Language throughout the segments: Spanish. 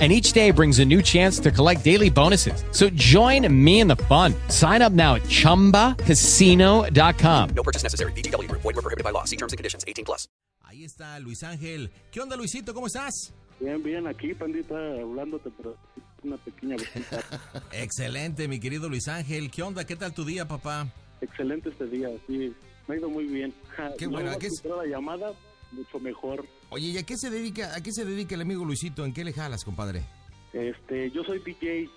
and each day brings a new chance to collect daily bonuses. So join me in the fun. Sign up now at ChumbaCasino.com. No purchase necessary. BGW. Void were prohibited by law. See terms and conditions. 18 plus. Ahí está Luis Ángel. ¿Qué onda, Luisito? ¿Cómo estás? Bien, bien, aquí, pandita, hablándote, pero una pequeña visita. Excelente, mi querido Luis Ángel. ¿Qué onda? ¿Qué tal tu día, papá? Excelente este día, sí. Me ha ido muy bien. Ja, Qué bueno, luego ¿a qué es- escuchar la llamada, mucho mejor. Oye, ¿y a qué se dedica, a qué se dedica el amigo Luisito? ¿En qué le jalas, compadre? Este, yo soy DJ,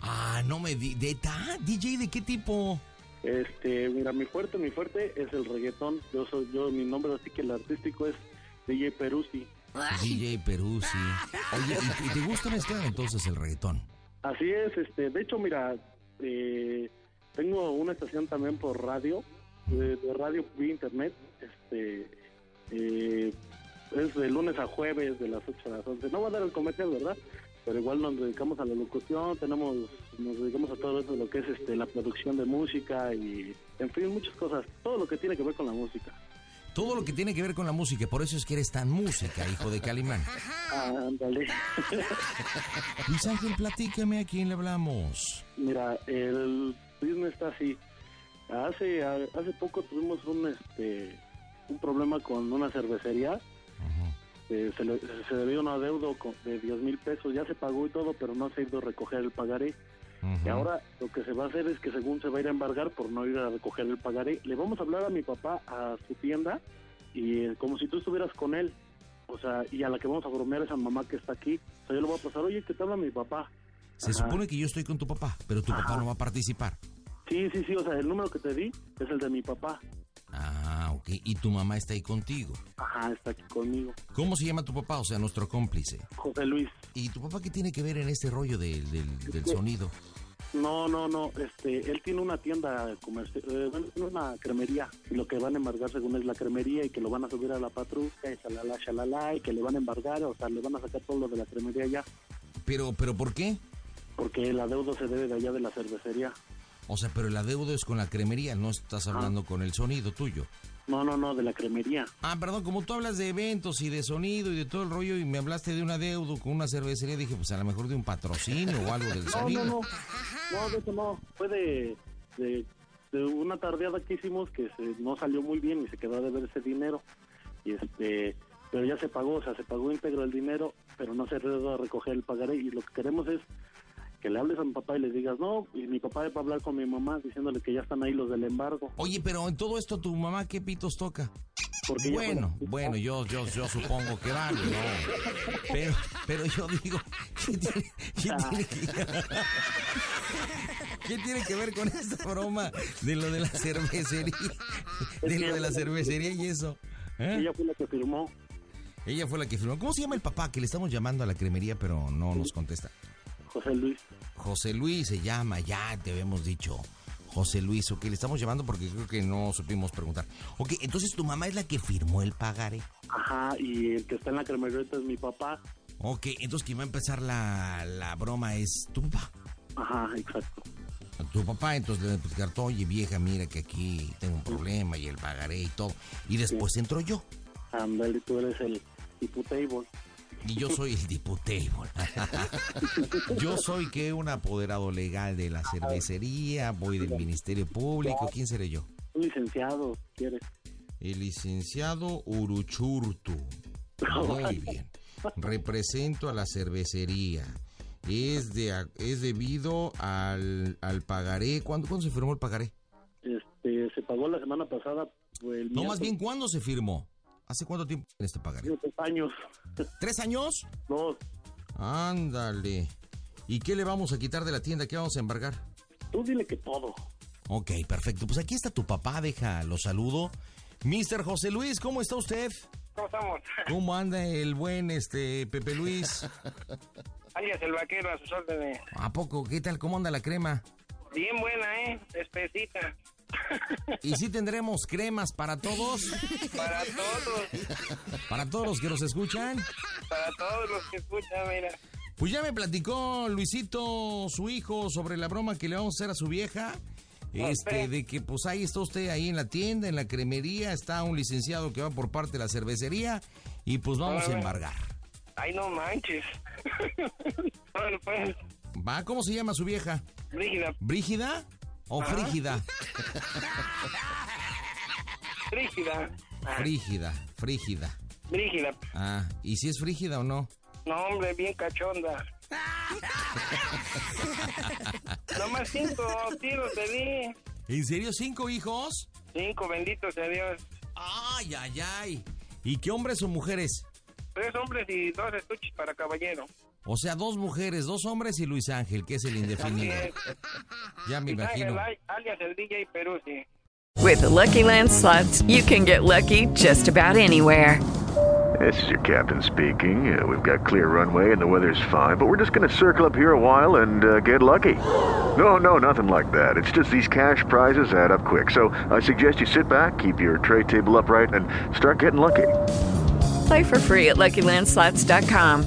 Ah, no me di... ¿De ta? ¿DJ de qué tipo? este, mira, mi fuerte, mi fuerte es el reggaetón. Yo soy, yo, mi nombre así que el artístico es DJ Perusi. DJ Perú, sí. Oye, ¿y, y te gusta mezclar entonces el reggaetón? Así es, este, de hecho, mira, eh, tengo una estación también por radio, eh, de radio vía internet, este, eh, es de lunes a jueves, de las 8 a las 11. No va a dar el comercial, ¿verdad? Pero igual nos dedicamos a la locución, tenemos, nos dedicamos a todo eso, lo que es este, la producción de música y, en fin, muchas cosas, todo lo que tiene que ver con la música. Todo lo que tiene que ver con la música, por eso es que eres tan música, hijo de Calimán. Ah, Ándale. Luis Ángel, platícame a quién le hablamos. Mira, el business está así. Hace a- hace poco tuvimos un este un problema con una cervecería. Eh, se, le, se debió un adeudo con- de 10 mil pesos. Ya se pagó y todo, pero no se ha ido a recoger el pagaré. Y ahora lo que se va a hacer es que según se va a ir a embargar por no ir a recoger el pagaré, le vamos a hablar a mi papá a su tienda y eh, como si tú estuvieras con él. O sea, y a la que vamos a bromear es a mamá que está aquí. O sea, yo le voy a pasar, oye, ¿qué te habla mi papá? Se Ajá. supone que yo estoy con tu papá, pero tu papá no va a participar. Sí, sí, sí, o sea, el número que te di es el de mi papá. Ah, ok. Y tu mamá está ahí contigo. Ajá, está aquí conmigo. ¿Cómo se llama tu papá? O sea, nuestro cómplice. José Luis. ¿Y tu papá qué tiene que ver en este rollo del, del- del sonido? No, no, no, este, él tiene una tienda comercial, bueno, tiene una cremería, y lo que van a embargar según es la cremería, y que lo van a subir a la patrulla, y shalala, shalala, y que le van a embargar, o sea, le van a sacar todo lo de la cremería ya, Pero, pero ¿por qué? porque el adeudo se debe de allá de la cervecería. O sea, pero el adeudo es con la cremería, no estás Ah. hablando con el sonido tuyo. No, no, no, de la cremería. Ah, perdón, como tú hablas de eventos y de sonido y de todo el rollo y me hablaste de un adeudo con una cervecería, dije, pues a lo mejor de un patrocinio o algo del No, sonido. no, no, no, de eso no, fue de, de, de una tardeada que hicimos que se- no salió muy bien y se quedó de ver ese dinero, y este, pero ya se pagó, o sea, se pagó íntegro el dinero, pero no se ha ido a recoger el pagaré, y lo que queremos es que le hables a mi papá y le digas, no, y mi papá va a hablar con mi mamá diciéndole que ya están ahí los del embargo, Oye, pero en todo esto tu mamá qué pitos toca. porque ya fue Bueno, la- bueno, yo, yo, yo supongo que vale, ¿no? Pero, pero yo digo, ¿qué tiene, Ah. qué tiene que, ¿qué tiene que ver con esta broma de lo de la cervecería? De lo de la cervecería y eso. ¿eh? ella fue la que firmó, Ella fue la que firmó. ¿Cómo se llama el papá? Que le estamos llamando a la cremería, pero no nos contesta. José Luis, José Luis se llama, ya te habíamos dicho. José Luis, ok, le estamos llamando porque creo que no supimos preguntar. Ok, entonces tu mamá es la que firmó el pagaré. ajá, y el que está en la cremería ahorita es mi papá, Ok, entonces quien va a empezar la, la broma es tu papá. ajá, exacto. Tu papá entonces le va a explicar todo, oye vieja, mira que aquí tengo un problema y el pagaré y todo. Y después entro yo. Ándale, tú eres el diputable. Y yo soy el diputable. yo soy que un apoderado legal de la cervecería, voy del Ministerio Público, ¿quién seré yo? Un licenciado, si quieres. El licenciado Uruchurtu. Muy bien. Represento a la cervecería. Es, de, a- es debido al, al pagaré. ¿Cuándo, cuándo se firmó el pagaré? Este, se pagó la semana pasada, fue el No, más miércoles. bien, ¿cuándo se firmó? ¿Hace cuánto tiempo tienes este pagaré? Hace tres años. ¿Tres años? No, Ándale. ¿Y qué le vamos a quitar de la tienda? ¿Qué vamos a embargar? tú dile que todo. Ok, perfecto. Pues aquí está tu papá, deja, lo saludo. Mr. José Luis, ¿cómo está usted? ¿Cómo estamos? ¿Cómo anda el buen este Pepe Luis? Alias el vaquero a sus órdenes. ¿A poco? ¿Qué tal? ¿Cómo anda la crema? Bien buena, ¿eh? Espesita. ¿Y si tendremos cremas para todos? Para todos, ¿Para todos los que nos escuchan? para todos los que escuchan, mira. Pues ya me platicó Luisito, su hijo, sobre la broma que le vamos a hacer a su vieja. Este, espera. de que pues ahí está usted ahí en la tienda, en la cremería, está un licenciado que va por parte de la cervecería y pues vamos a Órale. embargar. Ay, no manches. bueno, pues, ¿Va? ¿Cómo se llama su vieja? Brígida, ¿Brígida o Ajá. frígida? Brígida. Ah, Frígida, frígida. Brígida. Ah, ¿y si es frígida o no? No, hombre, bien cachonda. Nomás cinco tiros te di. ¿En serio cinco hijos? Cinco, bendito sea Dios. Ay, ay, ay. ¿Y qué hombres o mujeres? Tres hombres y dos estuches para caballero. O sea, dos mujeres, dos hombres y Luis Ángel, que es el indefinido. Bien. Ya me imagino. Ángel, ay, alias el DJ Perú, sí. With the Lucky Land slots, you can get lucky just about anywhere. This is your captain speaking. Uh, we've got clear runway and the weather's fine, but we're just going to circle up here a while and uh, get lucky. No, no, nothing like that. It's just these cash prizes add up quick. So I suggest you sit back, keep your tray table upright, and start getting lucky. Play for free at LuckyLandSlots.com.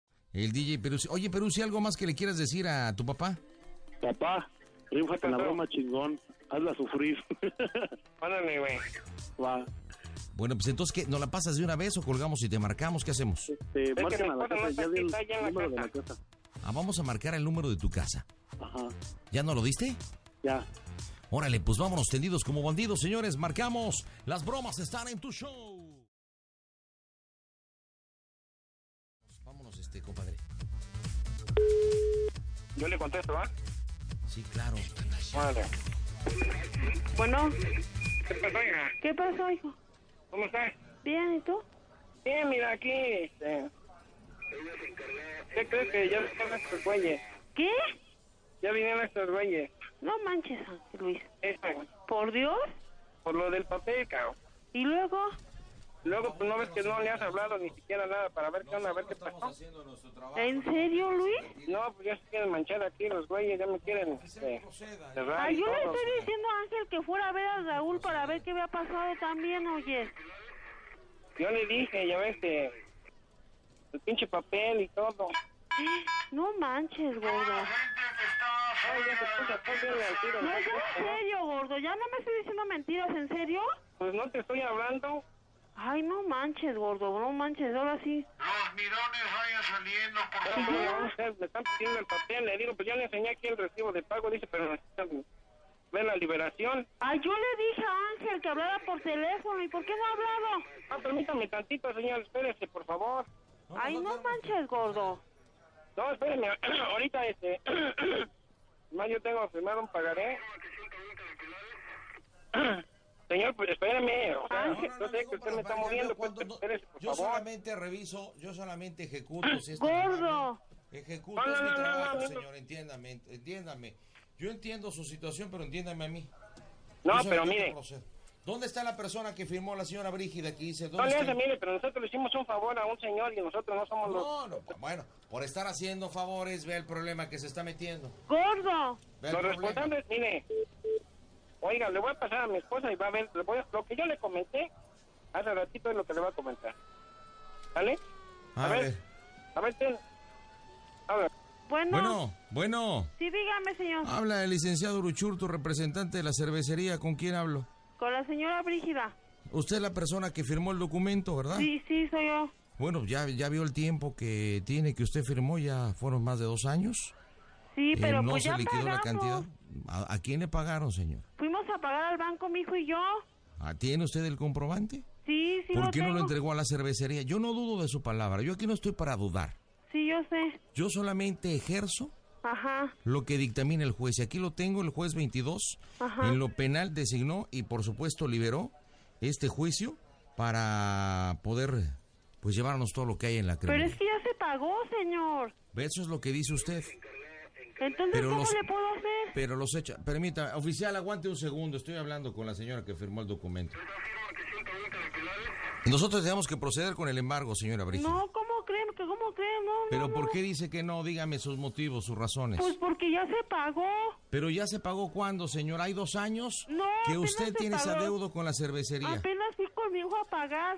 El DJ Peruzzi. Oye, Peruzzi, ¿algo más que le quieras decir a tu papá? Papá, rifa con la broma chingón. Hazla sufrir. Ándale, güey. Va. Bueno, pues entonces, ¿qué? ¿Nos la pasas de una vez o colgamos y te marcamos? ¿Qué hacemos? Te que marcan mi a la esposa casa. no Ya está aquí, di el está allá en la número de la casa. Ah, vamos a marcar el número de tu casa. Ajá. ¿Ya no lo diste? Ya. Órale, pues vámonos tendidos como bandidos, señores. Marcamos. Las bromas están en tu show. Vámonos, este, compadre. Yo le contesto, ¿ah? Sí, claro. Órale. Bueno, ¿Qué pasó, hija? ¿qué pasó, hijo? ¿Cómo estás? Bien, ¿y tú? Bien, mira, aquí, este... ¿Qué crees que ya vinieron estos güeyes? ¿Qué? Ya vinieron estos güeyes. No manches, Ángel Luis. Esa, güey. Por Dios. por lo del papel, cabrón. Y luego, Luego, pues, no ves que no le has hablado ni siquiera nada para ver qué onda, a ver qué pasó. ¿en serio, Luis? No, pues ya se quieren manchar aquí los güeyes, ya me quieren, este... cerrar Ay, y yo le todo. estoy diciendo a Ángel que fuera a ver a Raúl para ver qué había pasado también, oye. Yo le dije, ya ves, que... El pinche papel y todo. No manches, gordo. Ay, ya se puso a ponerle al tiro. No, es en serio, gordo. Ya no me estoy diciendo mentiras, ¿en serio? Pues no te estoy hablando. Ay, no manches, gordo. No manches, ahora sí. No, o sea, le están pidiendo el papel, le digo, pues ya le enseñé aquí el recibo de pago, dice, pero necesitan ver la liberación. Ay, yo le dije a Ángel que hablara por teléfono. ¿Y por qué no ha hablado? Ah, permítame tantito, señor, espérese, por favor. Ay, no manches, gordo. No, espéreme, ahorita este... Más yo tengo firmado un pagaré. Señor, pues espéreme, o sea, yo sé que usted me está moviendo, pues, pero espérese, por Yo favor. solamente reviso, yo solamente ejecuto. Si es Gordo. Ejecuto, No, es no, mi no, no, trabajo, no, no. señor, entiéndame, ent- entiéndame. Yo entiendo su situación, pero entiéndame a mí. No, Yo soy pero el que mire. procedo. ¿Dónde está la persona que firmó la señora Brígida que dice No dónde le está hace, el- mire, pero nosotros le hicimos un favor a un señor y nosotros no somos los... No, no, pues, bueno, por estar haciendo favores, vea el problema que se está metiendo. Gordo. Vea el Los problema. responsables, mire. Oiga, le voy a pasar a mi esposa y va a ver le voy a- lo que yo le comenté. Hace ratito es lo que le voy a comentar. ¿Vale? A A ver. ver. A ver, ten. Bueno, Bueno, bueno. sí, dígame, señor. Habla el licenciado Uruchurtu, representante de la cervecería. ¿Con quién hablo? Con la señora Brígida. Usted es la persona que firmó el documento, ¿verdad? Sí, sí, soy yo. Bueno, ya, ya vio el tiempo que tiene que usted firmó, ya fueron más de dos años. Sí, Eh, pero no pues se ya liquidó la pagamos. cantidad. ¿A, a quién le pagaron, señor? Fuimos a pagar al banco, mi hijo y yo. ¿Ah, ¿Tiene usted el comprobante? Sí, sí, ¿Por lo qué no tengo. lo entregó a la cervecería? Yo no dudo de su palabra, yo aquí no estoy para dudar. Sí, yo sé. Yo solamente ejerzo Ajá, lo que dictamina el juez. Y aquí lo tengo, el juez 22, Ajá. en lo penal designó y por supuesto liberó este juicio para poder pues llevarnos todo lo que hay en la pero criminal. es que ya se pagó, señor. Eso es lo que dice usted. Entonces, Pero ¿cómo los- le puedo hacer? Pero los hechos, permítame, oficial, aguante un segundo, estoy hablando con la señora que firmó el documento. Nosotros tenemos que proceder con el embargo, señora Brígida. No, ¿cómo creen? ¿Que ¿Cómo creen? No, no, Pero no. ¿por qué dice que no? Dígame sus motivos, sus razones. Pues porque ya se pagó. Pero ya se pagó cuándo, señora? Hay dos años No, que apenas usted se tiene ese pagó. adeudo con la cervecería. Apenas fui con mi hijo a pagar.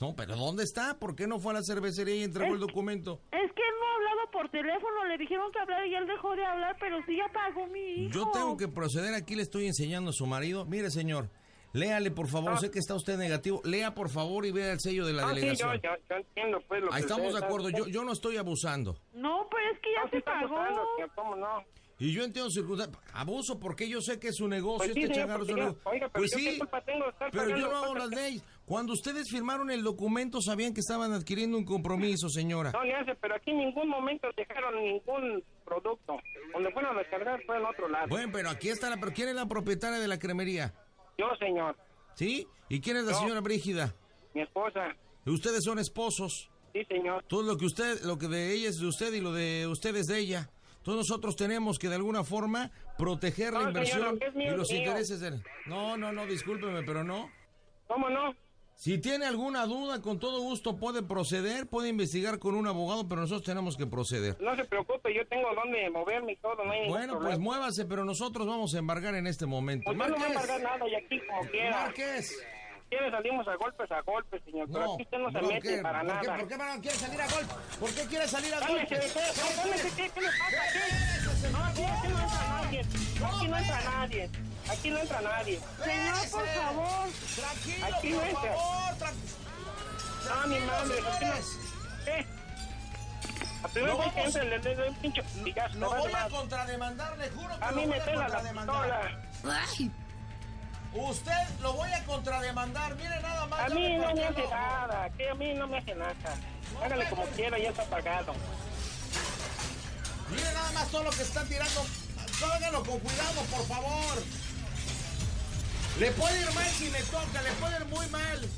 No, pero ¿dónde está? ¿Por qué no fue a la cervecería y entregó el documento? Es que él no ha hablado por teléfono, le dijeron que hablar y él dejó de hablar, pero sí ya pagó mi hijo. Yo tengo que proceder, aquí le estoy enseñando a su marido. Mire, señor, léale, por favor, Ah. sé que está usted negativo. Lea, por favor, y vea el sello de la Ah, sí, delegación. yo, yo- yo entiendo, pues, lo Ahí que estamos de ustedes acuerdo, hacen. yo, yo no estoy abusando. No, pero es que ya se pagó. Abusando, tío, ¿Cómo no? Y yo entiendo circunstancias. Abuso, porque yo sé que es su negocio, Pues sí, este señor, changarro es su porque yo- negocio. oiga, pero pues yo qué sí, culpa tengo de estar pero yo pagando no hago las cosas que- leyes. Cuando ustedes firmaron el documento, sabían que estaban adquiriendo un compromiso, señora. No le hace, pero aquí en ningún momento dejaron ningún producto. Donde fueron a descargar fue en otro lado. Bueno, pero aquí está la... pero ¿Quién es la propietaria de la cremería? Yo, señor, ¿Sí? ¿Y quién es la Yo. señora Brígida? mi esposa, Ustedes son esposos. sí, señor. Todo lo que usted, lo que de ella es de usted y lo de usted es de ella. Todos nosotros tenemos que de alguna forma proteger la No, señora, inversión lo que es mío y es los mío. intereses de... No, no, no, discúlpeme, pero no. ¿Cómo no? Si tiene alguna duda, con todo gusto puede proceder, puede investigar con un abogado, pero nosotros tenemos que proceder. No se preocupe, yo tengo dónde moverme y todo, no hay ningún Bueno, pues problema. muévase, pero nosotros vamos a embargar en este momento. Usted no va a Márquez, embargar nada y aquí como quiera. Márquez. Quiere salimos a golpes a golpes, señor, pero No, aquí usted no se no, mete ¿qué? para ¿Por nada. qué- por qué Manuel quiere salir a golpe? ¿Por qué quiere salir a Cálmese, golpe? usted, no, cálmese, ¿qué, qué le pasa? ¿Qué? No, aquí, aquí no entra nadie. Aquí no entra nadie. Aquí no entra nadie. Señor, por favor. Aquí no entra. No, mi madre, aquí no. ¿Qué? La primera No vez que vamos- entra le le doy un pincho. picazo, Lo no voy a más. contrademandar, le juro que A lo mí voy me a pela la contrademandar. pistola. Usted lo voy a contrademandar, mire nada más. A ya mí me no corté me el hace ojo. nada. Que a mí no me hace nada. Hágale como quiera, ya está pagado. Mire nada más todo lo que están tirando. Háganlo con cuidado, por favor. Le puede ir mal si le toca, le puede ir muy mal.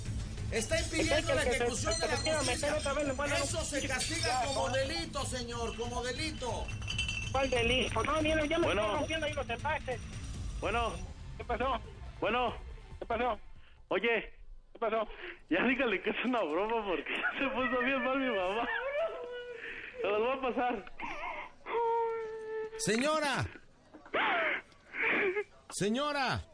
Está impidiendo Entonces, la que se- ejecución que de la se quiera meter justicia. otra vez, le voy a dar un Eso se pinche castiga pichazo. como delito, señor, como delito. ¿Cuál delito? No, mira, ya me Bueno. estoy rompiendo ahí los empaques. Bueno, ¿Qué pasó? bueno, ¿Qué pasó? oye, ¿Qué pasó? ya dígale que es una broma porque ya se puso bien mal mi mamá. Se los voy a pasar. Señora. Señora.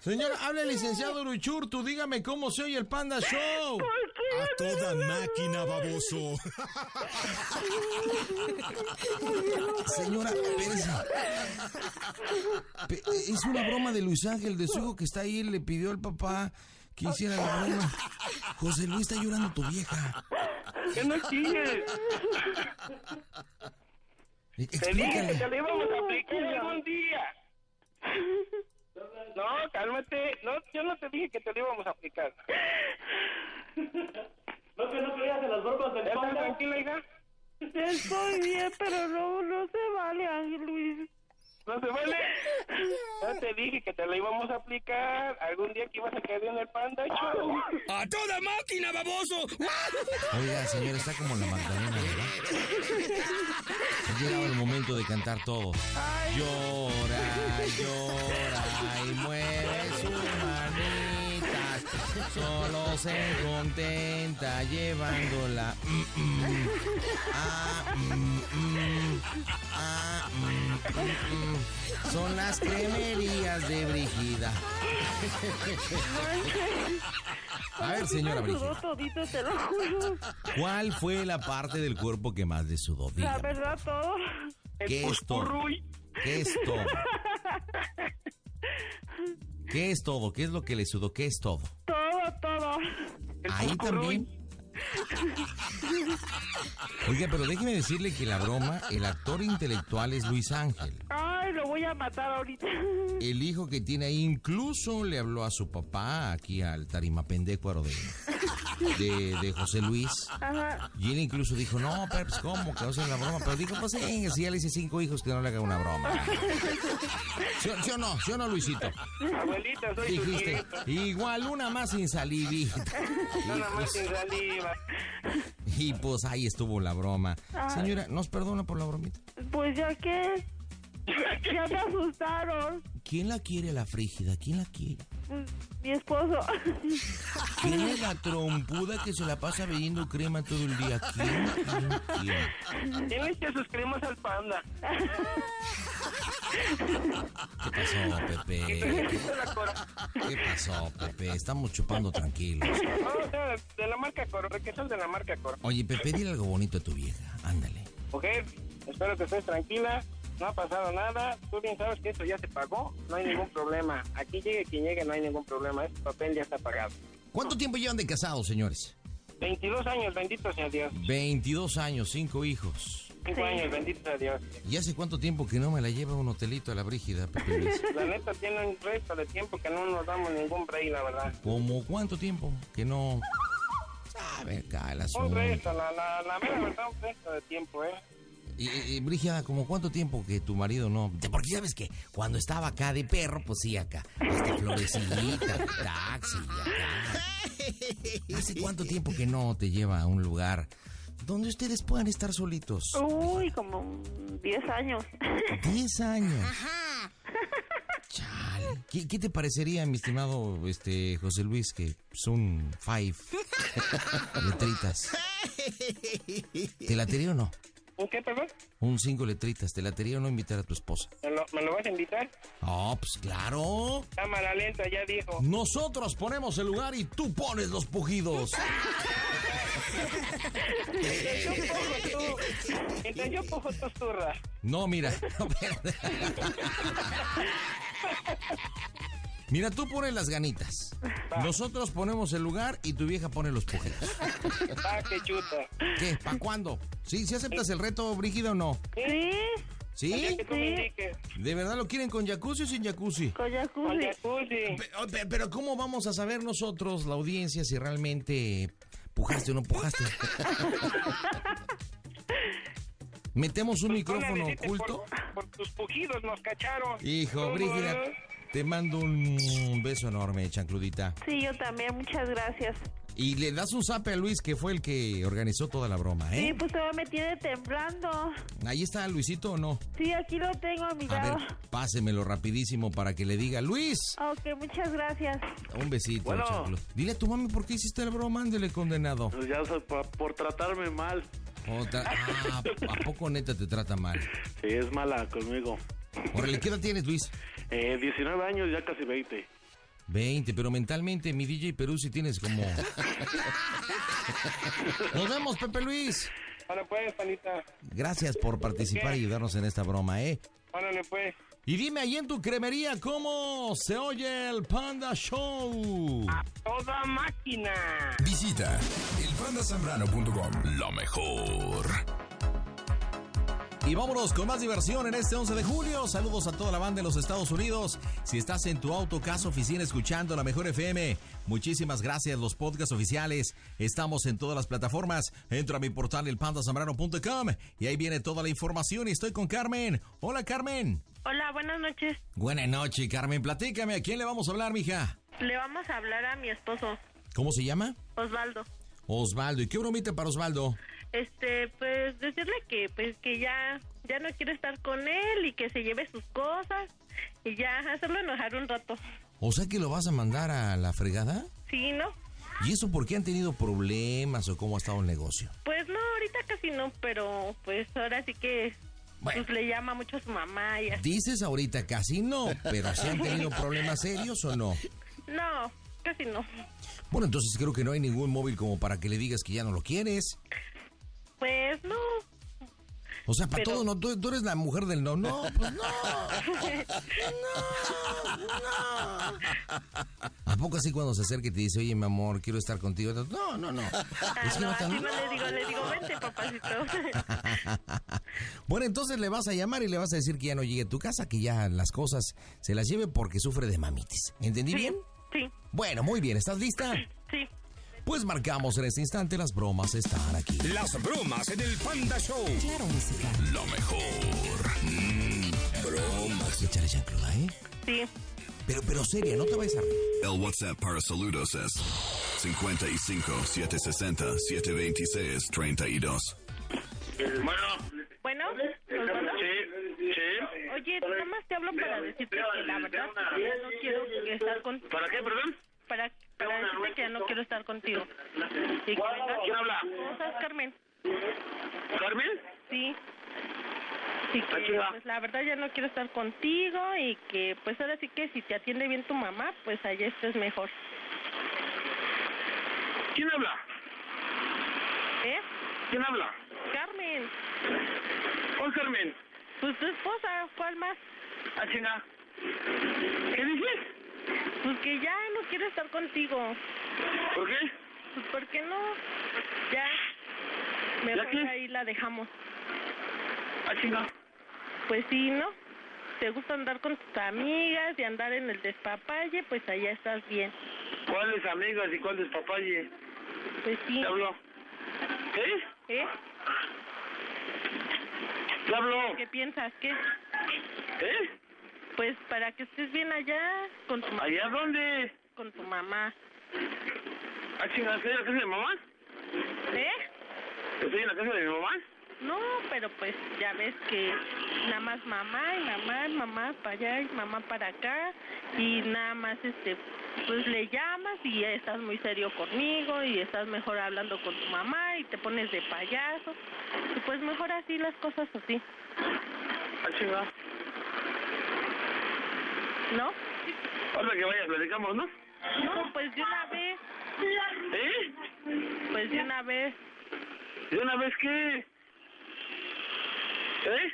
Señora, habla el licenciado Uruchurtu, dígame cómo se oye el Panda Show. ¿Por Toda máquina, baboso. Señora, espérese. Pe- Es una broma de Luis Ángel de su hijo que está ahí, le pidió al papá que hiciera la broma. José Luis está llorando tu vieja. Que no chilles. E- Te dije que Explícale. le íbamos a aplicar algún día. No, cálmate. No, yo no te dije que te lo íbamos a aplicar. No que no creías en las bromas ¿Ya estás tranquila, hija? Estoy bien, pero no, no se vale, Ángel Luis. ¿No se vale? Ya te dije que te lo íbamos a aplicar algún día que ibas a caer en el panda show. ¡A toda máquina, baboso! Oiga, señora, está como la Magdalena, ¿verdad? Ha llegado el momento de cantar todo. Llora, llora y mueve sus manitas. Solo se contenta llevándola. Mm, mm. Ah, mm, mm. Ah, mm, Son las cremerías de Brigida. A ver, señora Me Brigida, sudó todito, te lo juro. ¿cuál fue la parte del cuerpo que más le sudó? La Dígame, verdad, pues, todo. ¿Qué es todo? ¿Qué es todo? ¿Qué es todo? ¿Qué es lo que le sudó? ¿Qué es todo? Todo, todo. Ahí también. Oiga, pero déjeme decirle que la broma, el actor intelectual es Luis Ángel. Ay, lo voy a matar ahorita. El hijo que tiene ahí incluso le habló a su papá aquí al tarima pendécuaro de, de, de José Luis. Ajá. Y él incluso dijo, no, pero pues cómo, que no sea la broma. Pero dijo, pues sí, si ya le hice cinco hijos, que no le haga una broma. ¿Sí, o- sí o no? ¿Sí o no, Luisito? Abuelita, soy tu Dijiste, nieto. igual una más sin salivita. Nada más sin saliva. Y pues ahí estuvo la broma. Ay. Señora, ¿nos perdona por la bromita? Pues ya que. Ya me asustaron. ¿Quién la quiere la frígida? ¿Quién la quiere? Pues, mi esposo. ¿Quién es la trompuda que se la pasa bebiendo crema todo el día? ¿Quién? ¿Quién? ¿Quién? Tienes que sus cremas al panda. ¿Qué pasó, Pepe? ¿Qué pasó, Pepe? Estamos chupando tranquilos. No, Oh, o sea, de la marca Coro, que son de la marca Coro. Oye, Pepe, dile algo bonito a tu vieja. Ándale. Mujer, espero que estés tranquila. No ha pasado nada. Tú bien sabes que esto ya se pagó. No hay ningún problema. Aquí llegue quien llegue, no hay ningún problema. Este papel ya está pagado. ¿Cuánto tiempo llevan de casados, señores? 22 años, bendito sea Dios. 22 años, 5 hijos. 5 años, bendito sea Dios. ¿Y hace cuánto tiempo que no me la lleva a un hotelito a la Brígida, Pepe Luis? La neta tiene un resto de tiempo que no nos damos ningún break, la verdad. ¿Cómo cuánto tiempo que no...? Sabe acá el Un asunto. resto, la, la, la mera verdad, un resto de tiempo, ¿eh? Y, y- y, Brígida, ¿como cuánto tiempo que tu marido no...? Porque sabes que cuando estaba acá de perro, pues sí, acá. Hasta florecillita, taxi, acá. ¿Hace cuánto tiempo que no te lleva a un lugar donde ustedes puedan estar solitos? Uy, como 10 años. 10 años. Chale. ¿Qué, qué te parecería, mi estimado este, José Luis, que son five letritas? ¿Te latería o no? ¿Un qué, perdón? Un cinco letritas. ¿Te latería o no invitar a tu esposa? ¿Me lo, me lo vas a invitar? Oh, pues claro. Cámara lenta, ya dijo. Nosotros ponemos el lugar y tú pones los pujidos. Yo poco tú. Mientras yo poco tú zurras. No, mira. no, espérate. mira, tú pones las ganitas. Nosotros ponemos el lugar y tu vieja pone los pujidos. Ah, qué chuta. ¿Qué? ¿Para cuándo? ¿Sí, ¿Sí aceptas el reto, Brígida, o no? Sí. El día ¿Sí? que tú me indiques. ¿De verdad lo quieren con jacuzzi o sin jacuzzi? Con jacuzzi. Con jacuzzi. Pe- oh, pe- Pero ¿cómo vamos a saber nosotros, la audiencia, si realmente pujaste o no pujaste? ¿Metemos Pues un Una micrófono visita este, oculto? Por, por tus pujidos nos cacharon. ¿eh? Hijo, Brígida, te mando un beso enorme, chancludita. Sí, yo también, muchas gracias. Y le das un zape a Luis, que fue el que organizó toda la broma, Sí, ¿eh? pues todavía me tiene temblando. Ahí está Luisito o no. Sí, aquí lo tengo a mi A lado. ver, pásemelo rapidísimo para que le diga, Luis, Ok, muchas gracias. Un besito. Bueno. chanclo. Dile a tu mami por qué hiciste el broma, ándele condenado. Pues ya so- por, por tratarme mal. Otra- ah, ¿a poco neta te trata mal? Sí, es mala conmigo. Órale, ¿qué edad tienes, Luis? Eh, 19 años, ya casi 20. 20, pero mentalmente mi DJ Perú sí tienes como... Nos vemos, Pepe Luis. Ahora pues, panita. Gracias por participar y ayudarnos en esta broma, ¿eh? Órale pues. Y dime ahí en tu cremería cómo se oye el Panda Show. Toda máquina. Visita elpandasambrano.com. Lo mejor. Y vámonos con más diversión en este 11 de julio. Saludos a toda la banda de los Estados Unidos. Si estás en tu auto, casa, oficina escuchando la mejor FM, muchísimas gracias. Los podcasts oficiales estamos en todas las plataformas. Entra a mi portal elpandasambrano.com y ahí viene toda la información. Y estoy con Carmen. Hola, Carmen. Hola, buenas noches. Buenas noches, Carmen. Platícame, ¿a quién le vamos a hablar, mija? Le vamos a hablar a mi esposo, ¿Cómo se llama? Osvaldo. Osvaldo. ¿Y qué bromita para Osvaldo? Este, pues decirle que pues que ya ya no quiere estar con él y que se lleve sus cosas y ya hacerlo enojar un rato. O sea que lo vas a mandar a la fregada. Sí, ¿no? ¿Y eso por qué han tenido problemas o cómo ha estado el negocio? Pues no, ahorita casi no, pero pues ahora sí que pues le llama mucho a su mamá y así. Dices ahorita casi no, pero si han tenido problemas serios o no. No, casi no. Bueno, entonces creo que no hay ningún móvil como para que le digas que ya no lo quieres. Pues no. O sea, para Pero- todo, no, tú, tú eres la mujer del no, no, pues no. ¿A poco así cuando se acerca y te dice, oye, mi amor, quiero estar contigo? No, no, no. Ah, Es que no, no te- así no le digo, le digo, vente, papacito. Bueno, entonces le vas a llamar y le vas a decir que ya no llegue a tu casa, que ya las cosas se las lleve porque sufre de mamitis. ¿Entendí bien? Sí. Bueno, muy bien. ¿Estás lista? Sí. Pues marcamos en este instante, las bromas están aquí. Las bromas en el Panda Show. Claro, música. Lo mejor. Mm, bromas. Échale, Jean-Claude, ¿eh? Sí. Pero, pero seria, no te vayas a reír. El WhatsApp para saludos es 55 760 726 32. Bueno, Osvaldo. Oye, nomás te hablo para decirte que la verdad que ya no quiero estar contigo. ¿Para qué, perdón? Para, para decirte que ya no quiero estar contigo. ¿Quién habla? ¿Cómo estás, Carmen? ¿Carmen? Sí. Sí, que, pues la verdad ya no quiero estar contigo y que pues ahora sí que si te atiende bien tu mamá, pues allá estés mejor. ¿Quién habla? ¿Eh? ¿Quién habla? Carmen, ¿Cuál Carmen? pues tu esposa, ¿cuál más? Achina. ¿Qué dices? Pues que ya no quiero estar contigo. ¿Por qué? Pues ¿por qué no? Ya. Mejor qué? ahí la dejamos. Achina. Pues sí, ¿no? Te gusta andar con tus amigas y andar en el despapalle, pues allá estás bien. ¿Cuáles amigas y cuáles papaye? Pues sí. ¿Te habló? ¿Eh? ¿Eh? ¿Te habló? ¿Qué piensas? ¿Qué? ¿Eh? Pues para que estés bien allá con tu mamá. ¿Allá dónde? Con tu mamá. ¿Estoy en la casa de mi mamá? ¿Eh? ¿Estoy en la casa de mi mamá? No, pero pues ya ves que nada más mamá y mamá, mamá para allá y mamá para acá y nada más este pues le llamas y ya estás muy serio conmigo y estás mejor hablando con tu mamá y te pones de payaso y pues mejor así las cosas así, Achina. ¿no? Ahora que vaya, platicamos, ¿no? No, pues de una vez, ¿Eh? pues de una vez, ¿De una vez qué? ¿Eh?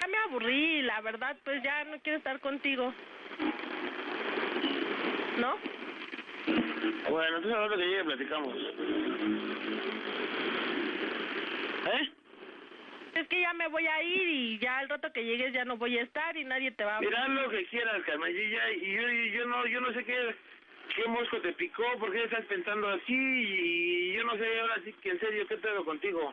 ya me aburrí, la verdad pues ya no quiero estar contigo, ¿no? Bueno, entonces ahora que llegue platicamos. ¿Eh? Es que ya me voy a ir y ya al rato que llegues ya no voy a estar y nadie te va a Mira lo que quieras, Carmen. Y, ya- y yo, y yo no, yo no sé qué, qué mosco te picó, por qué estás pensando así. Y yo no sé ahora sí que en serio qué pedo contigo.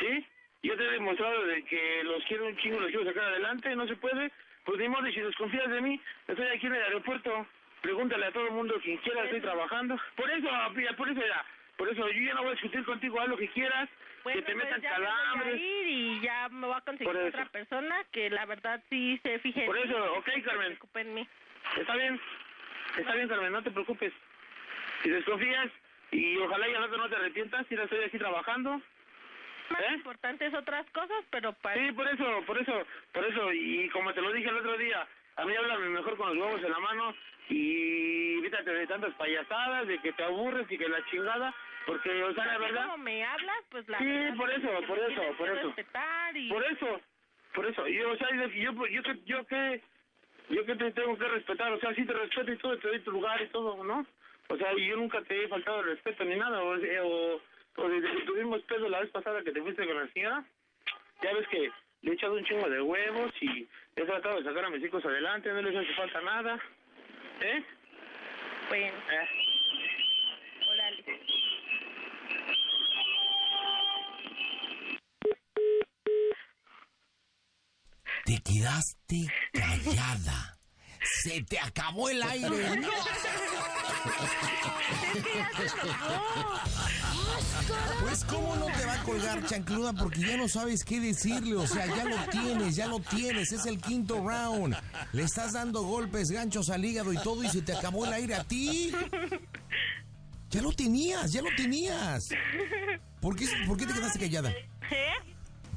¿Sí? Yo te he demostrado de que los quiero un chingo, los quiero sacar adelante, no se puede. Pues ni modo, y si desconfías de mí, estoy aquí en el aeropuerto. Pregúntale a todo el mundo quien quiera, estoy trabajando. Por eso, mira, por eso era. Por eso yo ya no voy a discutir contigo, haz lo que quieras, Bueno, que te pues metan ya me voy a calambres. ir y ya me voy a conseguir Por eso. otra persona que la verdad sí se fije. en Por mí, eso, ok, que se Carmen. ¿Eh? preocupe en mí. Está bien, está bien, Carmen, no te preocupes. Si desconfías, y ojalá y al rato no te arrepientas, si no estoy aquí trabajando. ¿eh? Más importante es otras cosas, pero para... Sí, por eso, por eso, por eso, y como te lo dije el otro día, a mí háblame mejor con los huevos en la mano y evítate de tantas payasadas, de que te aburres y que la chingada, porque, o sea, la verdad... Como me hablas, pues la Sí, verdad por es eso, que me por eso, tienes por que eso. respetar y... Por e- eso, por eso. Yo, o sea, yo, pues, yo, yo, que- yo que, yo que te tengo que respetar, o sea, sí te respeto y todo, te doy tu lugar y todo, ¿no? O sea, y yo nunca te he faltado el respeto ni nada, o, sea, o, o desde que tuvimos pedo la vez pasada que te fuiste con la señora, ya ves que le he echado un chingo de huevos y he tratado de sacar a mis hijos adelante, no les hace falta nada, ¿eh? Bueno, Eh. órale. Te quedaste callada. Se te acabó el aire. ¡No! Pues cómo no te va a colgar chancluda porque ya no sabes qué decirle, o sea, ya lo tienes, ya lo tienes, es el quinto round. Le estás dando golpes, ganchos al hígado y todo y se te acabó el aire a ti. Ya lo tenías, ya lo tenías. ¿Por qué, por qué te quedaste callada? ¿Eh?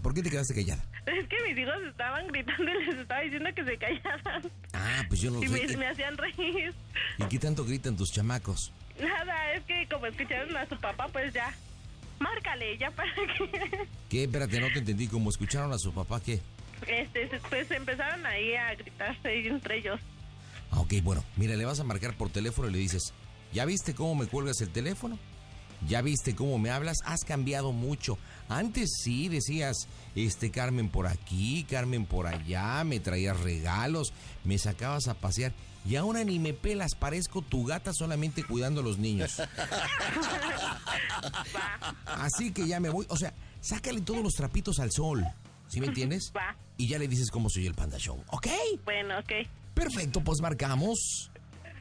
¿Por qué te quedaste callada? Es que mis hijos estaban gritando y les estaba diciendo que se callaran. Ah, pues yo no Y sé. me, me hacían reír. ¿Y qué tanto gritan tus chamacos? Nada, es que como escucharon a su papá, pues ya. Márcale, ya para que. ¿Qué? Espérate, no te entendí. Como escucharon a su papá, ¿qué? Este, pues empezaron ahí a gritarse entre ellos. Ah, ok, bueno. Mira, le vas a marcar por teléfono y le dices, ¿ya viste cómo me cuelgas el teléfono? ¿Ya viste cómo me hablas? Has cambiado mucho. Antes sí decías, este Carmen por aquí, Carmen por allá, me traías regalos, me sacabas a pasear y ahora ni me pelas, parezco tu gata solamente cuidando a los niños. Así que ya me voy. O sea, sácale todos los trapitos al sol. ¿Sí me entiendes? Y ya le dices cómo soy el Panda Show. ¿Ok? Bueno, ok. Perfecto, pues marcamos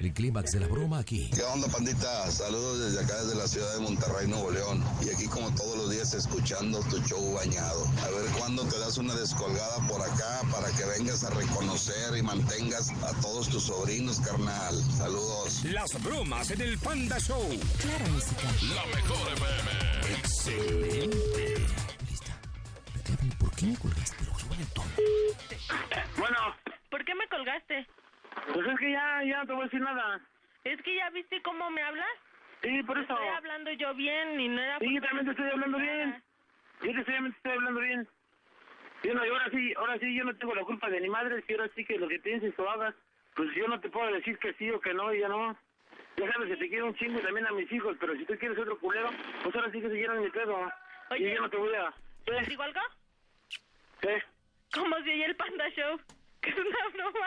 el clímax de la broma aquí. ¿Qué onda, pandita? Saludos desde acá, desde la ciudad de Monterrey, Nuevo León. Y aquí, como todos los días, escuchando tu show bañado. A ver cuándo te das una descolgada por acá para que vengas a reconocer y mantengas a todos tus sobrinos, carnal. Saludos. Las bromas en el Panda Show. Claro, música. La mejor FM. Excelente. ¿Por qué me colgaste? Pero sube el tono. Bueno. ¿Por qué me colgaste? Pues es que ya, ya no te voy a decir nada. Es que ya viste cómo me hablas. Sí, por Te eso. Estoy hablando yo bien y no era Sí, por- yo también te estoy hablando bien. Yo te estoy, te estoy hablando bien. Yo no, y ahora sí, ahora sí, yo no tengo la culpa de ni madre, si ahora sí que lo que pienses o hagas, pues yo no te puedo decir que sí o que no, y ya no. Ya sabes que te quiero un chingo y también a mis hijos, pero si tú quieres otro culero, pues ahora sí que se llenan mi pedo. y Oye. yo no te voy a... ¿Te digo algo? ¿Eh? Como si oye el Panda Show. Que es una broma.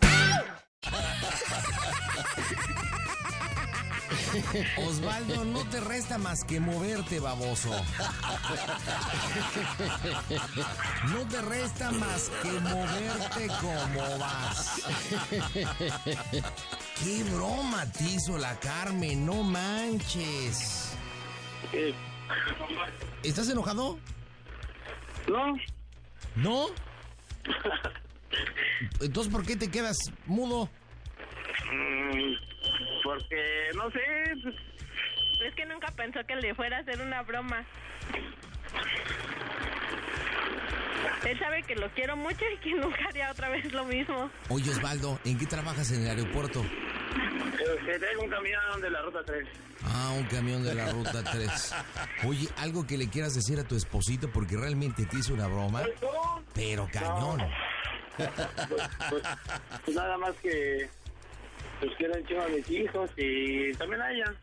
Osvaldo, no te resta más que moverte, baboso. No te resta más que moverte como vas. ¡Qué broma te hizo la Carmen! ¡No manches! ¿Estás enojado? No. ¿No? Entonces, ¿por qué te quedas mudo? Mm, porque, no sé, pues, Es que nunca pensó que le fuera a hacer una broma. Él sabe que lo quiero mucho y que nunca haría otra vez lo mismo. Oye, Osvaldo, ¿en qué trabajas en el aeropuerto? este, tengo un camión de la Ruta 3. Ah, un camión de la ruta 3. Oye, algo que le quieras decir a tu esposito porque realmente te hizo una broma, pero cañón. pues, pues nada más que pues quiero el chingo a mis hijos y también a ella.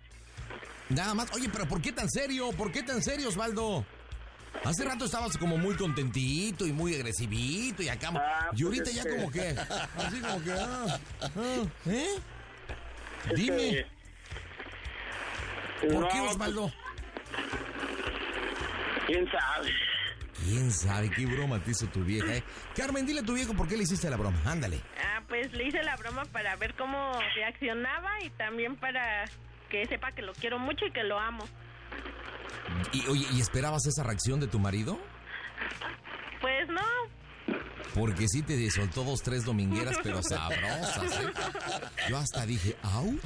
Nada más. Oye, pero ¿por qué tan serio? ¿Por qué tan serio, Osvaldo? Hace rato estabas como muy contentito y muy agresivito y acá. y pues ahorita es ya que- como que. Así como que. ah, ah, ¿Eh? Dime. ¿Por No, qué, pues- Osvaldo? ¿Quién sabe? ¿Quién sabe qué broma te hizo tu vieja, eh? Carmen, dile a tu viejo por qué le hiciste la broma. Ándale. Ah, pues le hice la broma para ver cómo reaccionaba y también para que sepa que lo quiero mucho y que lo amo. Y oye, ¿y esperabas esa reacción de tu marido? Pues no. Porque sí te soltó dos, tres domingueras, pero sabrosas. ¿eh? Yo hasta dije, ¡auch!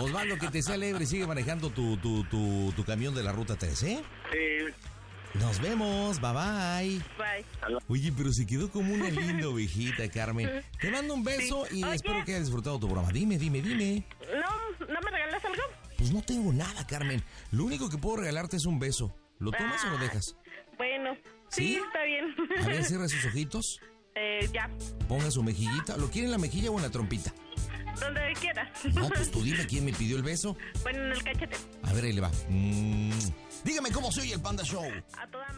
Osvaldo, que te sea leve y sigue manejando tu, tu, tu, tu camión de la ruta 3, ¿eh? Sí. Nos vemos, bye bye. Bye. Oye, pero se quedó como una linda ovejita, Carmen. Te mando un beso y espero que hayas disfrutado tu broma. Dime, dime, dime. ¿No, ¿No me regalas algo? Pues no tengo nada, Carmen. Lo único que puedo regalarte es un beso. ¿Lo tomas o lo dejas? Bueno. ¿Sí? Está bien. A ver, cierra sus ojitos, Eh, ya. ponga su mejillita. ¿Lo quiere en la mejilla o en la trompita? donde quieras. No, pues tú dime quién me pidió el beso. bueno, en el cachete. A ver, ahí le va. Mm. Dígame cómo soy el Panda Show. A toda